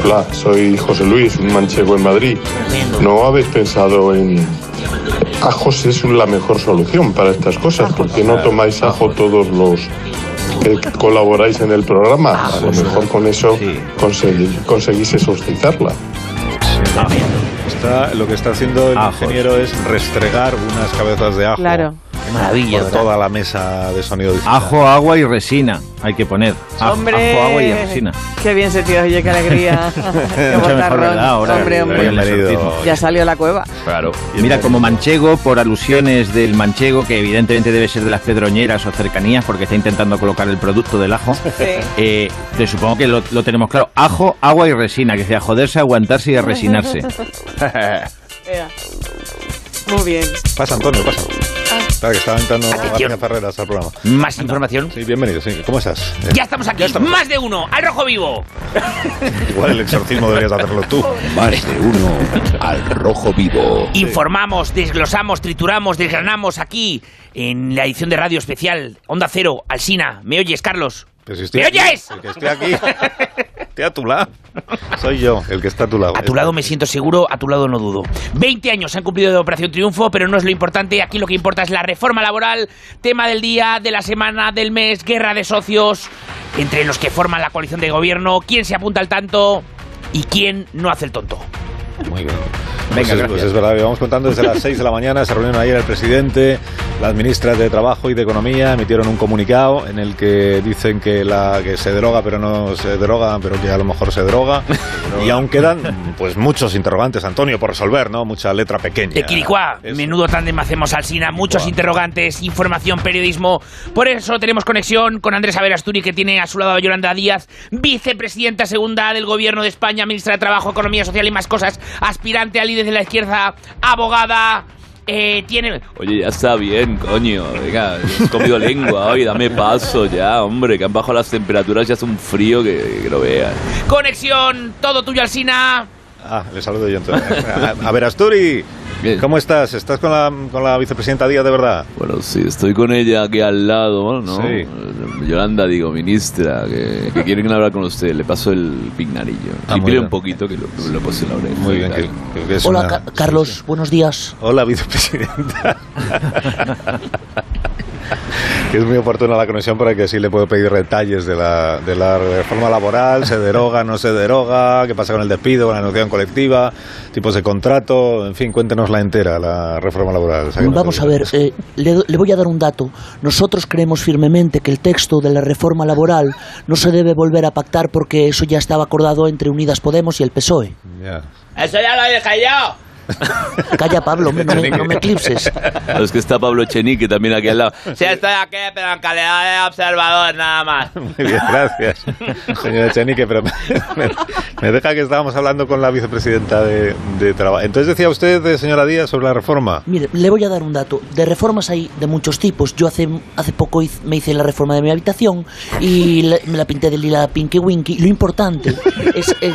Speaker 15: Hola, soy José Luis, un manchego en Madrid.
Speaker 11: Tremendo.
Speaker 15: ¿No habéis pensado en... Ajos es la mejor solución para estas cosas, porque no tomáis ajo todos los que colaboráis en el
Speaker 1: Ah,
Speaker 15: programa. A lo
Speaker 1: pues
Speaker 15: mejor con eso consegui- conseguís exorcizarla.
Speaker 1: Está, lo que está haciendo el
Speaker 2: Ajos.
Speaker 1: ingeniero es restregar unas cabezas de ajo
Speaker 7: Claro.
Speaker 11: Qué maravilla,
Speaker 1: por
Speaker 11: ¿verdad?
Speaker 1: toda la mesa de sonido digital.
Speaker 14: Ajo, agua y resina hay que poner. Aj-
Speaker 7: ¡Hombre!
Speaker 14: Ajo, agua y resina.
Speaker 7: Qué bien se tío, oye, qué
Speaker 14: (laughs)
Speaker 7: alegría. qué
Speaker 14: mejor,
Speaker 7: botarrón.
Speaker 14: ¿verdad? Ahora,
Speaker 7: hombre, hombre.
Speaker 1: Bienvenido.
Speaker 7: Ya salió la cueva.
Speaker 2: Claro.
Speaker 14: Mira, como manchego, por alusiones del manchego, que evidentemente debe ser de las pedroñeras o cercanías, porque está intentando colocar el producto del ajo,
Speaker 7: Sí.
Speaker 14: eh, te supongo que lo, lo tenemos claro. Ajo, agua y resina, que sea joderse, aguantarse y
Speaker 4: (laughs)
Speaker 14: resinarse.
Speaker 7: Ea. Muy bien.
Speaker 1: Pasa, Antonio, pasa.
Speaker 7: Ah.
Speaker 1: Espera, que estaba entrando Marina Ferreras al programa.
Speaker 6: Más información.
Speaker 1: Sí, bienvenido, sí. ¿Cómo estás? Eh,
Speaker 6: Ya estamos aquí, más de uno, al rojo vivo.
Speaker 1: Igual el exorcismo deberías hacerlo
Speaker 6: (laughs)
Speaker 1: tú. Más de uno al rojo vivo.
Speaker 6: Informamos, desglosamos, trituramos, desgranamos aquí en la edición de radio especial Onda Cero, Alsina. ¿Me oyes, Carlos?
Speaker 1: Pero si estoy
Speaker 6: ¿Me
Speaker 1: aquí,
Speaker 6: oyes?
Speaker 1: el que estoy aquí. Estoy a tu lado. Soy yo, el que está a tu lado.
Speaker 6: A tu lado me siento seguro, a tu lado no dudo. 20 años se han cumplido de Operación Triunfo, pero no es lo importante. Aquí lo que importa es la reforma laboral, tema del día, de la semana, del mes, guerra de socios, entre los que forman la coalición de gobierno, quién se apunta al tanto y quién no hace el tonto.
Speaker 1: Muy bien. Pues es,
Speaker 6: Venga,
Speaker 1: pues
Speaker 6: gracias.
Speaker 1: es verdad, vamos contando desde las 6 de la mañana. Se reunieron ayer el presidente, las ministras de Trabajo y de Economía, emitieron un comunicado en el que dicen que, la, que se droga, pero no se droga, pero que a lo mejor se droga.
Speaker 6: (laughs)
Speaker 1: y aún quedan pues muchos interrogantes, Antonio, por resolver, ¿no? Mucha letra pequeña.
Speaker 6: De Quiricuá, menudo tándem hacemos Alsina, muchos interrogantes, información, periodismo. Por eso tenemos conexión con Andrés Averasturi, que tiene a su lado a Yolanda Díaz, vicepresidenta segunda del Gobierno de España, ministra de Trabajo, Economía Social y más cosas, aspirante a líder de la izquierda, abogada. eh, tiene.
Speaker 4: Oye, ya está bien, coño. Venga, he comido lengua hoy, dame paso ya, hombre, que han bajado las temperaturas y hace un frío que, que no veas.
Speaker 6: Conexión, todo tuyo, Alsina.
Speaker 1: Ah, le saludo yo entonces. (laughs) A, a ver, Asturi, ¿cómo estás? ¿Estás con la, con la vicepresidenta Díaz de verdad?
Speaker 4: Bueno, sí, estoy con ella aquí al lado, ¿no?
Speaker 1: Sí.
Speaker 4: Yolanda, digo, ministra, que, que quieren hablar con usted. Le paso el pignarillo.
Speaker 1: Ah, muy
Speaker 4: y pídele
Speaker 1: bien.
Speaker 4: un poquito que lo, lo pose en la oreja.
Speaker 1: Muy bien, que- que es
Speaker 17: Hola,
Speaker 1: una-
Speaker 17: Ca- Carlos, buenos días.
Speaker 1: Hola,
Speaker 17: (laughs)
Speaker 1: vicepresidenta. Que es muy oportuna la conexión para que sí le puedo pedir detalles de la, de la reforma laboral, se deroga, no se deroga, qué pasa con el despido, con la negociación colectiva, tipos de contrato, en fin, cuéntenos la entera, la reforma laboral. o sea que no
Speaker 17: Vamos
Speaker 1: se-
Speaker 17: a ver, eh, le, do- le voy a dar un dato. Nosotros creemos firmemente que el texto de la reforma laboral no se debe volver a pactar porque eso ya estaba acordado entre Unidas Podemos y el PSOE.
Speaker 6: Eso ya lo dije yo. (laughs)
Speaker 17: Calla, Pablo, hombre, no me, no me eclipses.
Speaker 4: A los que está Pablo Chenique también aquí al lado.
Speaker 6: Sí, estoy aquí, pero en calidad de observador, nada más.
Speaker 1: Muy bien, gracias, señora Chenique, pero me, me- me deja que estábamos hablando con la vicepresidenta de, de Trabajo. Entonces decía usted, eh, señora Díaz, sobre la reforma.
Speaker 17: Mire, le voy a dar un dato. De reformas hay de muchos tipos. Yo hace, hace poco hiz- me hice la reforma de mi habitación y la- me la pinté de lila Pinky Winky. Lo importante es, eh,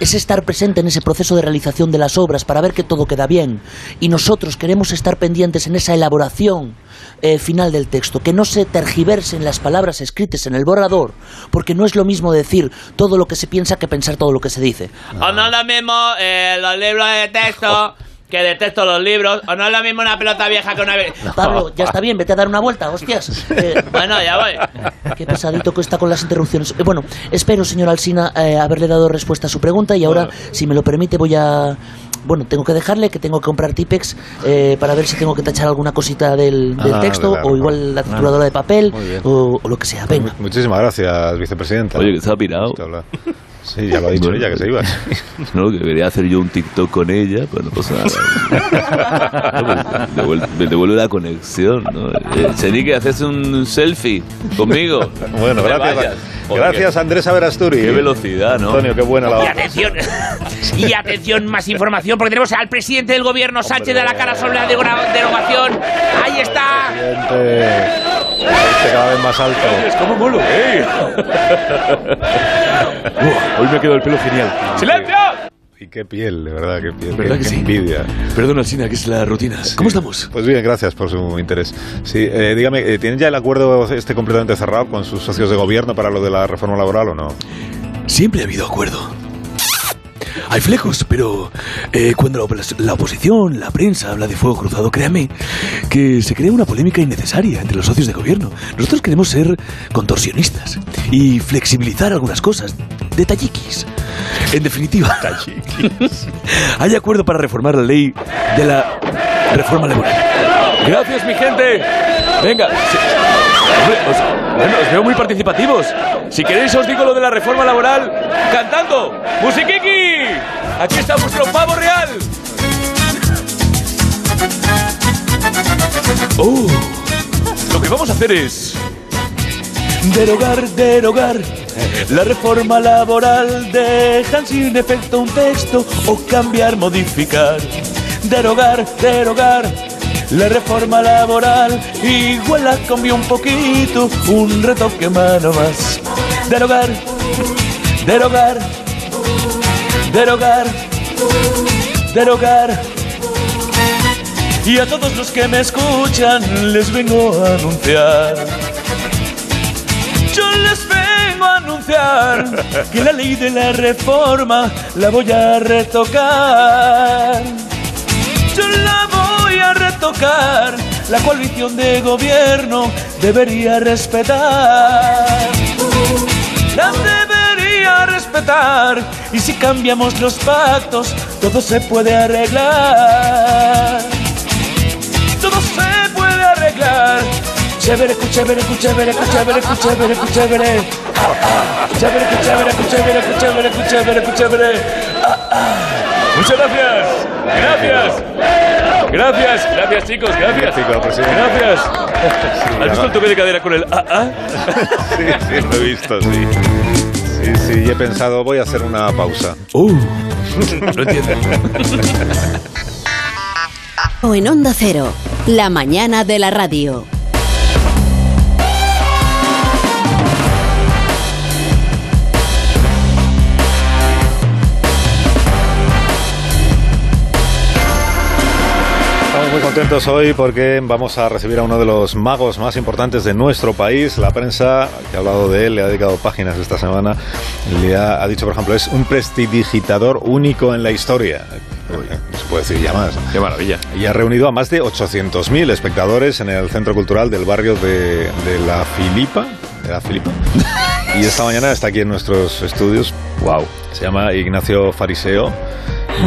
Speaker 17: es estar presente en ese proceso de realización de las obras para ver que todo queda bien. Y nosotros queremos estar pendientes en esa elaboración eh, final del texto, que no se tergiversen las palabras escritas en el borrador, porque no es lo mismo decir todo lo que se piensa que pensar todo lo que se dice.
Speaker 6: O no es
Speaker 4: Ah.
Speaker 6: lo mismo eh, los libros de
Speaker 4: (laughs)
Speaker 6: texto que detesto los libros. O no es lo mismo una pelota vieja que una... ve-
Speaker 17: Pablo, ya está bien, vete a dar una vuelta, hostias. Eh,
Speaker 6: (laughs) Bueno, ya voy.
Speaker 17: Qué pesadito que está con las interrupciones. Eh, Bueno, espero, señor Alsina, eh, haberle dado respuesta a su pregunta y ahora, si me lo permite, voy a... Bueno, tengo que dejarle que tengo que comprar Tipex eh, para ver si tengo que tachar alguna cosita del, del
Speaker 1: Ah,
Speaker 17: texto
Speaker 1: claro.
Speaker 17: o igual la
Speaker 4: Ah.
Speaker 17: trituradora de papel
Speaker 1: Muy bien.
Speaker 17: o, o lo que sea. Venga.
Speaker 1: Muchísimas gracias, vicepresidenta.
Speaker 4: Oye, que se ha pirado.
Speaker 1: Sí, ya lo ha dicho ella, que se
Speaker 4: (laughs)
Speaker 1: iba.
Speaker 4: No, que quería hacer yo un TikTok con ella, pero no pasa
Speaker 17: (laughs)
Speaker 4: nada. No, pues, devuel- me devuelve la conexión, ¿no? Eh, Chenique, haces un selfie conmigo.
Speaker 1: Bueno,
Speaker 4: No te
Speaker 1: gracias.
Speaker 4: vayas, porque-
Speaker 1: Gracias, Andrés Averasturi.
Speaker 4: Qué velocidad, ¿no?
Speaker 1: Antonio, qué buena la
Speaker 6: Y atención, y atención, más información, porque tenemos al presidente del gobierno, Sánchez de la Cara, sobre la deroga- derogación. Ahí está.
Speaker 1: Presidente, este cada vez más alto.
Speaker 2: ¿Cómo molo? ¡Eh!
Speaker 1: Uf, hoy me ha quedado el pelo genial.
Speaker 2: ¡Silencio!
Speaker 1: Y qué piel, de verdad, qué piel.
Speaker 2: ¿Verdad
Speaker 1: qué,
Speaker 2: que
Speaker 1: qué
Speaker 2: sí?
Speaker 1: envidia.
Speaker 4: Perdona, Sina, que es la rutina. ¿Cómo estamos?
Speaker 1: Pues bien, gracias por su interés. Sí, eh, dígame, eh, ¿tienen ya el acuerdo este completamente cerrado con sus socios de gobierno para lo de la reforma laboral o no?
Speaker 2: Siempre ha habido acuerdo. Hay flecos, pero eh, cuando la, op- la oposición, la prensa habla de fuego cruzado, créame que se crea una polémica innecesaria entre los socios de gobierno. Nosotros queremos ser contorsionistas y flexibilizar algunas cosas de talliquis. En definitiva, hay acuerdo para reformar la ley de la reforma laboral. Gracias, mi gente. Venga. sí. Hombre, os- bueno, os veo muy participativos. Si queréis os digo lo de la reforma laboral cantando. ¡Musiquiqui! Aquí está vuestro pavo real. Oh, lo que vamos a hacer es derogar, derogar. La reforma laboral dejan sin efecto un texto o cambiar, modificar. Derogar, derogar.
Speaker 17: La reforma laboral igual la cambió un poquito, un retoque mano más. Derogar, derogar, derogar, derogar. Y a todos los que me escuchan les vengo a anunciar. Yo les vengo a anunciar que la ley de la reforma la voy a retocar. Yo la voy a retocar, la coalición de gobierno debería respetar. La debería respetar y si cambiamos los pactos todo se puede arreglar. Todo se puede arreglar. Chévere, cu- chévere, cu- chévere, cu- chévere, cu- chévere, cu- chévere. Chévere, cu- chévere, cu- chévere, cu- chévere, cu- chévere, cu- chévere.
Speaker 10: Muchas gracias. Gracias. Gracias, gracias chicos, gracias.
Speaker 4: pues
Speaker 10: Gracias.
Speaker 4: ¿Has visto el toque de cadera con el ah, ah?
Speaker 1: Sí, sí, lo he visto, sí. Sí, sí, y he pensado, voy a hacer una pausa.
Speaker 18: ¡Uh!
Speaker 1: Lo entiendo.
Speaker 16: O en Onda Cero, la mañana de la radio.
Speaker 1: Estamos muy contentos hoy porque vamos a recibir a uno de los magos más importantes de nuestro país. La prensa, que ha hablado de él, le ha dedicado páginas esta semana. Le ha, ha dicho, por ejemplo, es un prestidigitador único en la historia. No se puede decir ya más. Qué maravilla. Y ha reunido a más de 800.000 espectadores en el Centro Cultural del barrio de, de La Filipa. ¿De La
Speaker 14: (laughs)
Speaker 1: Filipa? Y esta mañana está aquí en nuestros estudios. ¡Wow! Se llama Ignacio Fariseo,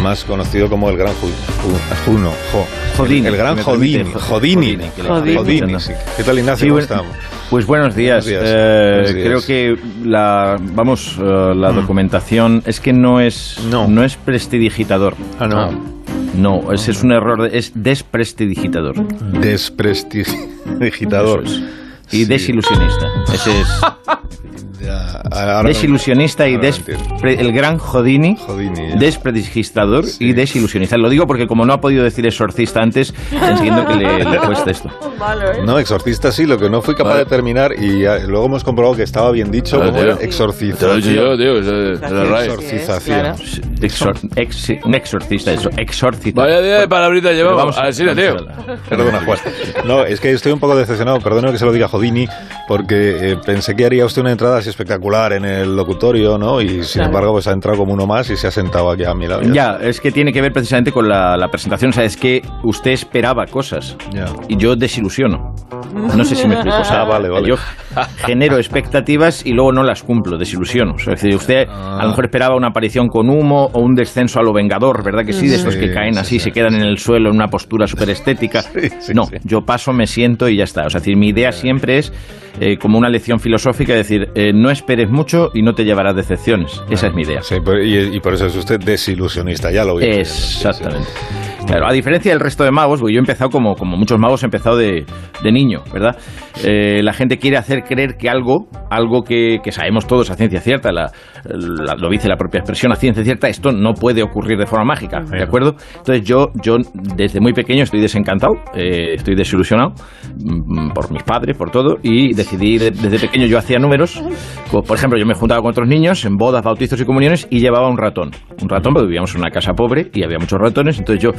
Speaker 1: más conocido como el Gran Ju- Ju- Juno. Jo.
Speaker 14: Jodini.
Speaker 1: El, el gran
Speaker 14: Me permite,
Speaker 1: Jodini.
Speaker 14: jo-
Speaker 1: Jodini.
Speaker 14: Jodini, que le-
Speaker 1: Jodini.
Speaker 14: Jodini.
Speaker 1: sí. ¿Qué tal, Ignacio?
Speaker 14: Sí,
Speaker 1: ¿Cómo
Speaker 14: buen-
Speaker 1: estamos?
Speaker 14: Pues buenos días.
Speaker 1: Buenos días.
Speaker 14: Eh,
Speaker 1: Buenos días. Mm.
Speaker 14: Creo que la, vamos, eh, la documentación es que no es, no. es prestidigitador.
Speaker 1: Ah, no.
Speaker 14: No, ese es un error, de- es desprestidigitador.
Speaker 1: (laughs) Desprestidigitador.
Speaker 14: Eso es. Y desilusionista. Ese es.
Speaker 1: ahora-
Speaker 14: desilusionista y
Speaker 1: ahora
Speaker 14: des- pre- el gran Jodini.
Speaker 1: ¿eh?
Speaker 14: Despredigistador y desilusionista. Lo digo porque como no ha podido decir exorcista antes, entiendo que le, le cuesta esto.
Speaker 1: No, exorcista sí, lo que no fui capaz de terminar y ya- luego hemos comprobado que estaba bien dicho
Speaker 4: Claro,
Speaker 1: como era
Speaker 4: tío. Te lo he
Speaker 1: exorcización.
Speaker 4: dicho yo, tío, eso es- de la RAE.
Speaker 1: Exorcización.
Speaker 14: Exor- ex- un exorcista, eso, exorcita.
Speaker 4: Vaya día de palabritas
Speaker 14: Pero
Speaker 4: llevamos.
Speaker 14: vamos-
Speaker 4: Así,
Speaker 14: vamos
Speaker 4: tío.
Speaker 14: a
Speaker 1: Perdona, Juan. No, es que estoy un poco decepcionado. Perdona que se lo diga Jodini, porque eh, pensé que haría usted una entrada así espectacular en el locutorio, ¿no? Y sin embargo, pues ha entrado como uno más y se ha sentado aquí a mi lado.
Speaker 14: Ya, es que tiene que ver precisamente con la, la presentación. O sea, es que usted esperaba cosas y yo desilusiono. No
Speaker 1: (laughs)
Speaker 14: sé si me explico. O sea,
Speaker 1: Ah, vale, vale.
Speaker 14: Yo genero expectativas y luego no las cumplo, desilusiono. O sea, es decir, usted a lo mejor esperaba una aparición con humo o un descenso a lo vengador, ¿verdad que sí? De esos
Speaker 1: Sí,
Speaker 14: que caen así, se quedan en el suelo en una postura
Speaker 1: (laughs)
Speaker 14: súper estética. no, yo paso, me siento y ya está. O sea, es decir, mi idea siempre es eh, como una lección filosófica, es decir, eh, no esperes mucho y no te llevarás decepciones. Esa es mi idea.
Speaker 1: Sí, pero- y, y por eso es usted desilusionista, ya lo vi.
Speaker 14: Exactamente. Claro, a diferencia del resto de magos, porque yo he empezado como, como muchos magos, he empezado de, de niño, ¿verdad? Eh, la gente quiere hacer creer que algo, algo que, que sabemos todos a ciencia cierta, la- la- lo dice la propia expresión a ciencia cierta, esto no puede ocurrir de forma mágica, ¿de acuerdo? Entonces yo, yo desde muy pequeño estoy desencantado, eh, estoy desilusionado mm, por mis padres, por todo, y decidí de- desde pequeño yo hacía números. Como, por ejemplo, yo me juntaba con otros niños en bodas, bautizos y comuniones y llevaba un ratón. Un ratón porque vivíamos en una casa pobre y había muchos ratones. Entonces yo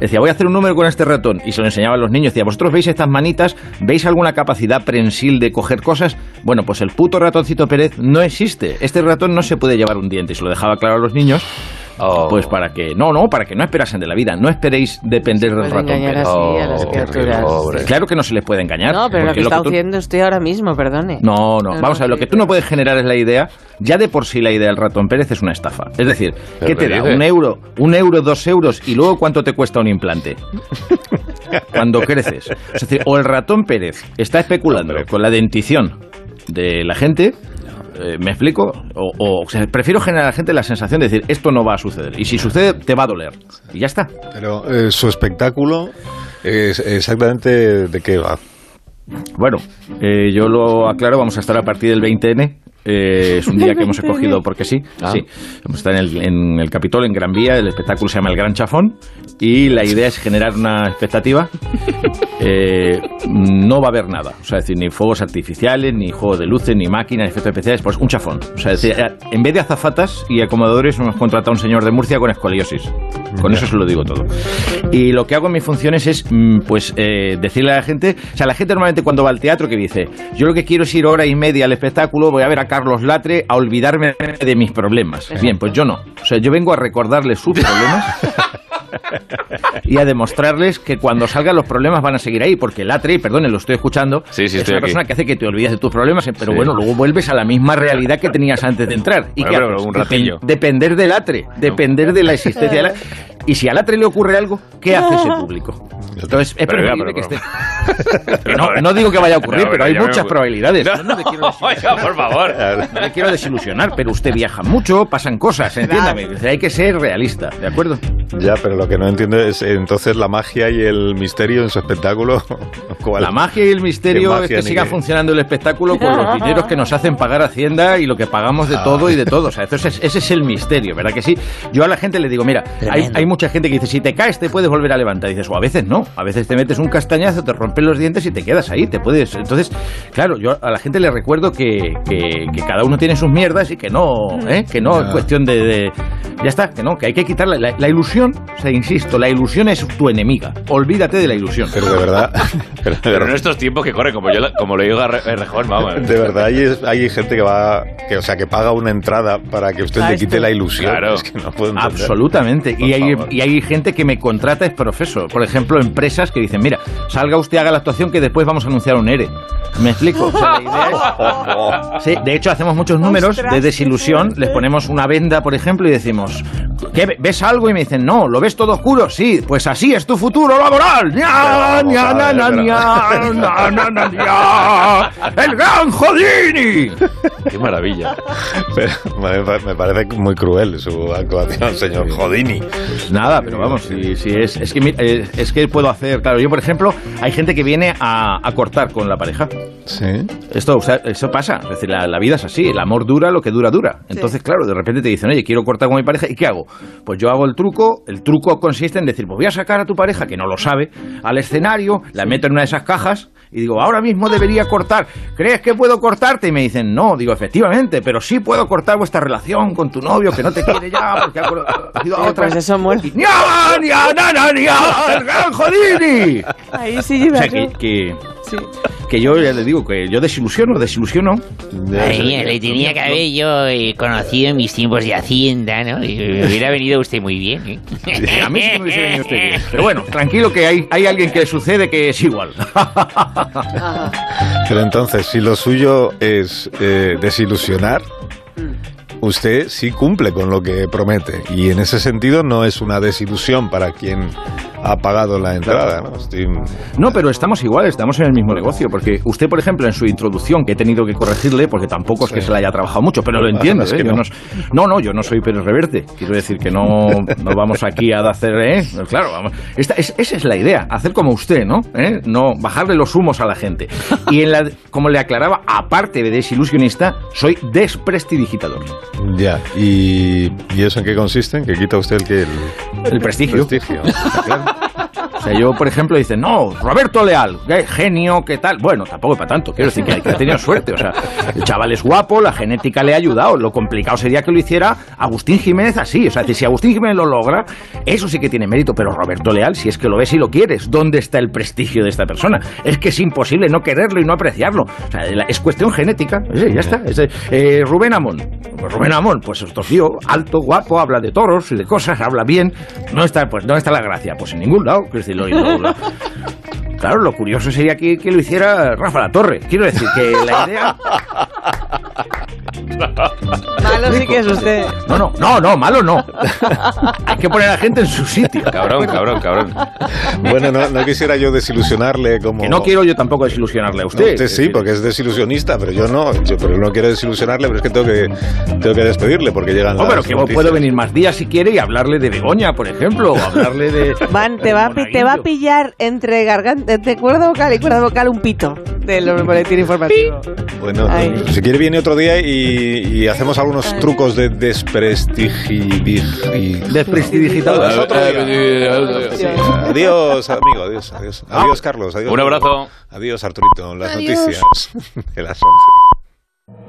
Speaker 14: decía, voy a hacer un número con este ratón. Y se lo enseñaba a los niños. Decía, vosotros veis estas manitas, veis alguna capacidad prensil de coger cosas. Bueno, pues el puto ratoncito Pérez no existe. Este ratón no se puede llevar un diente. Y se lo dejaba claro a los niños.
Speaker 4: Oh.
Speaker 2: Oh.
Speaker 14: Pues para que, no, no, para que no esperasen de la vida, no esperéis depender del
Speaker 7: puede
Speaker 14: ratón.
Speaker 7: engañar
Speaker 14: Pérez.
Speaker 7: así a las
Speaker 14: qué
Speaker 7: criaturas.
Speaker 14: pobre. Claro que no se les puede engañar.
Speaker 7: No, pero lo
Speaker 14: porque
Speaker 7: que está
Speaker 14: tú-
Speaker 7: haciendo usted ahora mismo, perdone.
Speaker 14: no, no,
Speaker 7: No,
Speaker 14: vamos
Speaker 7: no,
Speaker 14: a ver, lo que tú no puedes generar es la idea, ya de por sí la idea del ratón Pérez es una estafa. Es decir, ¿qué
Speaker 4: ¿Pero
Speaker 14: te
Speaker 4: qué
Speaker 14: da?
Speaker 4: dices?
Speaker 14: ¿Un euro, un euro, dos euros y luego cuánto te cuesta un implante? Cuando creces. Es decir, o el ratón Pérez está especulando con la dentición de la gente. eh, ¿Me explico? O, o- o sea, prefiero generar a la gente la sensación de decir esto no va a suceder. Y si sucede, te va a doler. Y ya está.
Speaker 1: Pero eh, su espectáculo es exactamente de qué va.
Speaker 14: Bueno, eh, yo lo aclaro, vamos a estar a partir del 20N Eh, es un día que hemos escogido porque sí. sí. Vamos a estar en el, en el Capitol, en Gran Vía. El espectáculo se llama El Gran Chafón. Y la idea es generar una expectativa. Eh, no va a haber nada. O sea, es decir, ni fuegos artificiales, ni juego de luces, ni máquinas, ni efectos especiales. Pues un chafón. O sea, es decir, eh, en vez de azafatas y acomodadores, hemos contratado a un señor de Murcia con escoliosis.
Speaker 2: Mm,
Speaker 14: Con eso se lo digo todo. Y lo que hago en mis funciones es, mm, pues, eh, decirle a la gente. O sea, la gente normalmente cuando va al teatro que dice, yo lo que quiero es ir hora y media al espectáculo, voy a ver a Carlos Latre a olvidarme de mis problemas. Bien, pues yo no. O sea, yo vengo a recordarle
Speaker 2: (laughs)
Speaker 14: sus problemas y a demostrarles que cuando salgan los problemas van a seguir ahí, porque el atre, perdone, lo estoy escuchando,
Speaker 2: sí,
Speaker 14: es
Speaker 2: estoy
Speaker 14: una
Speaker 2: aquí.
Speaker 14: persona que hace que te olvides de tus problemas, eh, pero
Speaker 2: Sí.
Speaker 14: bueno, luego vuelves a la misma realidad que tenías antes de entrar. ¿Y
Speaker 2: Bueno,
Speaker 14: qué
Speaker 2: pero
Speaker 14: haces?
Speaker 2: un
Speaker 14: Depen-
Speaker 2: ratillo.
Speaker 14: depender del atre, depender de la existencia del atre. Y si al atre le ocurre algo, ¿qué hace ese público? Entonces, es
Speaker 2: Pero ya,
Speaker 14: preferible
Speaker 2: pero-
Speaker 14: que esté... (laughs) Que No, no digo que vaya a ocurrir,
Speaker 2: No,
Speaker 14: pero
Speaker 2: pero
Speaker 14: hay
Speaker 2: ya me
Speaker 14: muchas
Speaker 2: ocurre.
Speaker 14: probabilidades.
Speaker 2: No.
Speaker 14: No, no me quiero
Speaker 4: (laughs)
Speaker 2: Oiga, por (laughs) favor.
Speaker 14: no me quiero desilusionar, pero usted viaja mucho, pasan cosas, entiéndame. O sea, Hay que ser realista, ¿de acuerdo?
Speaker 1: Pues Ya, pero lo que no entiendo es entonces la magia y el misterio en su espectáculo. (laughs) ¿Cuál?
Speaker 14: La magia y el misterio
Speaker 1: Qué
Speaker 14: es que
Speaker 1: magia ni
Speaker 14: siga
Speaker 1: qué.
Speaker 14: funcionando el espectáculo con los dineros que nos hacen pagar Hacienda y lo que pagamos de
Speaker 1: Ah.
Speaker 14: todo y de todo. O sea, entonces ese es el misterio, ¿verdad que sí? Yo a la gente le digo, mira, hay,
Speaker 2: Tremendo.
Speaker 14: hay mucha gente que dice, si te caes te puedes volver a levantar. Y dices, o a veces no, a veces te metes un castañazo, te rompes los dientes y te quedas ahí, te puedes... Entonces, claro, yo a la gente le recuerdo que, que- que cada uno tiene sus mierdas y que no, ¿eh? que no es
Speaker 2: Ya.
Speaker 14: cuestión de, de- Ya está, que no, que hay que quitarla. La, la ilusión, o sea, insisto, la ilusión es tu enemiga. Olvídate de la ilusión.
Speaker 1: Pero de verdad...
Speaker 2: Pero
Speaker 1: (laughs)
Speaker 2: en estos tiempos que corren, como, yo, la- como lo digo a Re- a Rejón, vamos.
Speaker 1: De verdad, hay, hay gente que va, que, o sea, que paga una entrada para que usted
Speaker 14: Ah,
Speaker 1: le
Speaker 14: esto-
Speaker 1: quite la ilusión.
Speaker 14: Claro.
Speaker 1: Es que no puedo entender.
Speaker 14: Absolutamente. Y hay, y hay gente que me contrata es profeso. Por ejemplo, empresas que dicen, mira, salga usted, haga la actuación que después vamos a anunciar un ERE. ¿Me explico? O sea, la idea es- Sí, de hecho, hacemos muchos números de desilusión. Les ponemos una venda, por ejemplo, y decimos, ¿qué, ve- ¿ves algo? Y me dicen, no, ¿lo ves todo oscuro? Sí, pues así es tu futuro laboral. ¡Nya,
Speaker 2: Pero vamos
Speaker 14: nya,
Speaker 2: a
Speaker 14: na,
Speaker 2: ver,
Speaker 14: na,
Speaker 2: pero-
Speaker 14: nya, na, na,
Speaker 2: (laughs)
Speaker 14: na, nya! ¡El gran Jodini!
Speaker 2: Qué maravilla.
Speaker 1: (laughs) Pero me, pa- me parece muy cruel su actuación, señor Jodini.
Speaker 14: Pues Nada, pero vamos, si, si es, es, que, mi- eh, es que puedo hacer, claro, yo por ejemplo, hay gente que viene a, a cortar con la pareja.
Speaker 1: Sí.
Speaker 14: Esto, o sea, eso pasa, es decir, la, la vida es así, el amor dura lo que dura, dura. Entonces, claro, de repente te dicen, oye, quiero cortar con mi pareja, ¿y qué hago? Pues yo hago el truco, el truco consiste en decir, pues voy a sacar a tu pareja, que no lo sabe, al escenario, la meto en una de esas cajas y digo, ahora mismo debería cortar, ¿crees que puedo cortarte? Y me dicen, no, digo, efectivamente, pero sí puedo cortar vuestra relación con tu novio que no te quiere ya, porque ha cor- ha ido a otra.
Speaker 7: Pues eso
Speaker 14: (laughs)
Speaker 7: muere.
Speaker 14: ¡Nya, nya, na, na, nya! ¡El gran Jodini!
Speaker 7: Ahí sí lleva
Speaker 14: O sea,
Speaker 7: yo.
Speaker 14: que, que, que yo ya le digo que yo desilusiono, desilusiono.
Speaker 6: Ay, le tenía que haber yo eh, conocido en mis tiempos de Hacienda, ¿no? Y me hubiera venido usted muy bien, ¿eh?
Speaker 14: A mí sí me hubiese venido usted bien. Pero bueno, tranquilo que hay, hay alguien que le sucede que es igual. (laughs)
Speaker 1: Pero entonces, si lo suyo es eh, desilusionar, usted sí cumple con lo que promete. Y en ese sentido no es una desilusión para quien ha pagado la entrada. ¿no? Estoy-
Speaker 14: No, pero estamos igual, estamos en el mismo negocio. Porque usted, por ejemplo, en su introducción, que he tenido que corregirle, porque tampoco es que se la haya trabajado mucho, pero lo
Speaker 1: Ah,
Speaker 14: entiendo.
Speaker 1: es
Speaker 14: ¿eh?
Speaker 1: que
Speaker 14: Yo
Speaker 1: no.
Speaker 14: no s- no. no, yo no soy Pérez Reverte. Quiero decir que no, no vamos aquí a hacer. ¿eh? Claro, vamos. Esta es- esa es la idea, hacer como usted, ¿no? ¿Eh? No bajarle los humos a la gente. Y en la, como le aclaraba, aparte de desilusionista, soy desprestidigitador.
Speaker 1: Ya. ¿Y, y eso en qué consiste? ¿En qué quita usted el que el,
Speaker 14: El prestigio.
Speaker 1: prestigio? (laughs)
Speaker 14: O sea, yo, por ejemplo, dice, no, Roberto Leal, qué genio, qué tal. Bueno, tampoco es para tanto, quiero decir que, ha- que ha tenido suerte. O sea, el chaval es guapo, la genética le ha ayudado. Lo complicado sería que lo hiciera Agustín Jiménez así. O sea, que si Agustín Jiménez lo logra, eso sí que tiene mérito. Pero Roberto Leal, si es que lo ves y lo quieres, ¿dónde está el prestigio de esta persona? Es que es imposible no quererlo y no apreciarlo. O sea, la- es cuestión genética. Sí, ya está. Es, eh, eh, Rubén Amón. Rubén Amón, pues otro tío, alto, guapo, habla de toros y de cosas, habla bien. No está, pues, no está la gracia? Pues en ningún lado. Quiero decir, lo- lo- lo- Claro, lo curioso sería que, que lo hiciera Rafa La Torre. Quiero decir que la idea.
Speaker 7: Malo sí que es usted.
Speaker 14: No, no, no, no, malo no. Hay que poner a la gente en su sitio.
Speaker 2: Cabrón, cabrón, cabrón.
Speaker 1: Bueno, no, no quisiera yo desilusionarle como...
Speaker 14: Que no quiero yo tampoco desilusionarle a usted.
Speaker 1: No, usted sí, porque es desilusionista, pero yo no. Yo, pero no quiero desilusionarle, pero es que tengo que, tengo que despedirle porque llegan
Speaker 14: No,
Speaker 1: las
Speaker 14: Oh, pero que
Speaker 1: noticias.
Speaker 14: puedo venir más días si quiere y hablarle de Begoña, por ejemplo, o hablarle de... (laughs)
Speaker 7: Van, te va, a pi- te va a pillar entre garganta, entre cuerda vocal y cuerda vocal un pito. del boletín informativo.
Speaker 1: Bueno,
Speaker 7: Ay.
Speaker 1: si quiere viene otro día y, y hacemos algunos trucos de desprestigi... Desprestidigitados. Otro día. Sí. Adiós, amigo, adiós, adiós. Adiós, Carlos, adiós.
Speaker 2: Un abrazo.
Speaker 1: Adiós, Arturito. Las
Speaker 2: Adiós.
Speaker 1: noticias de las 11.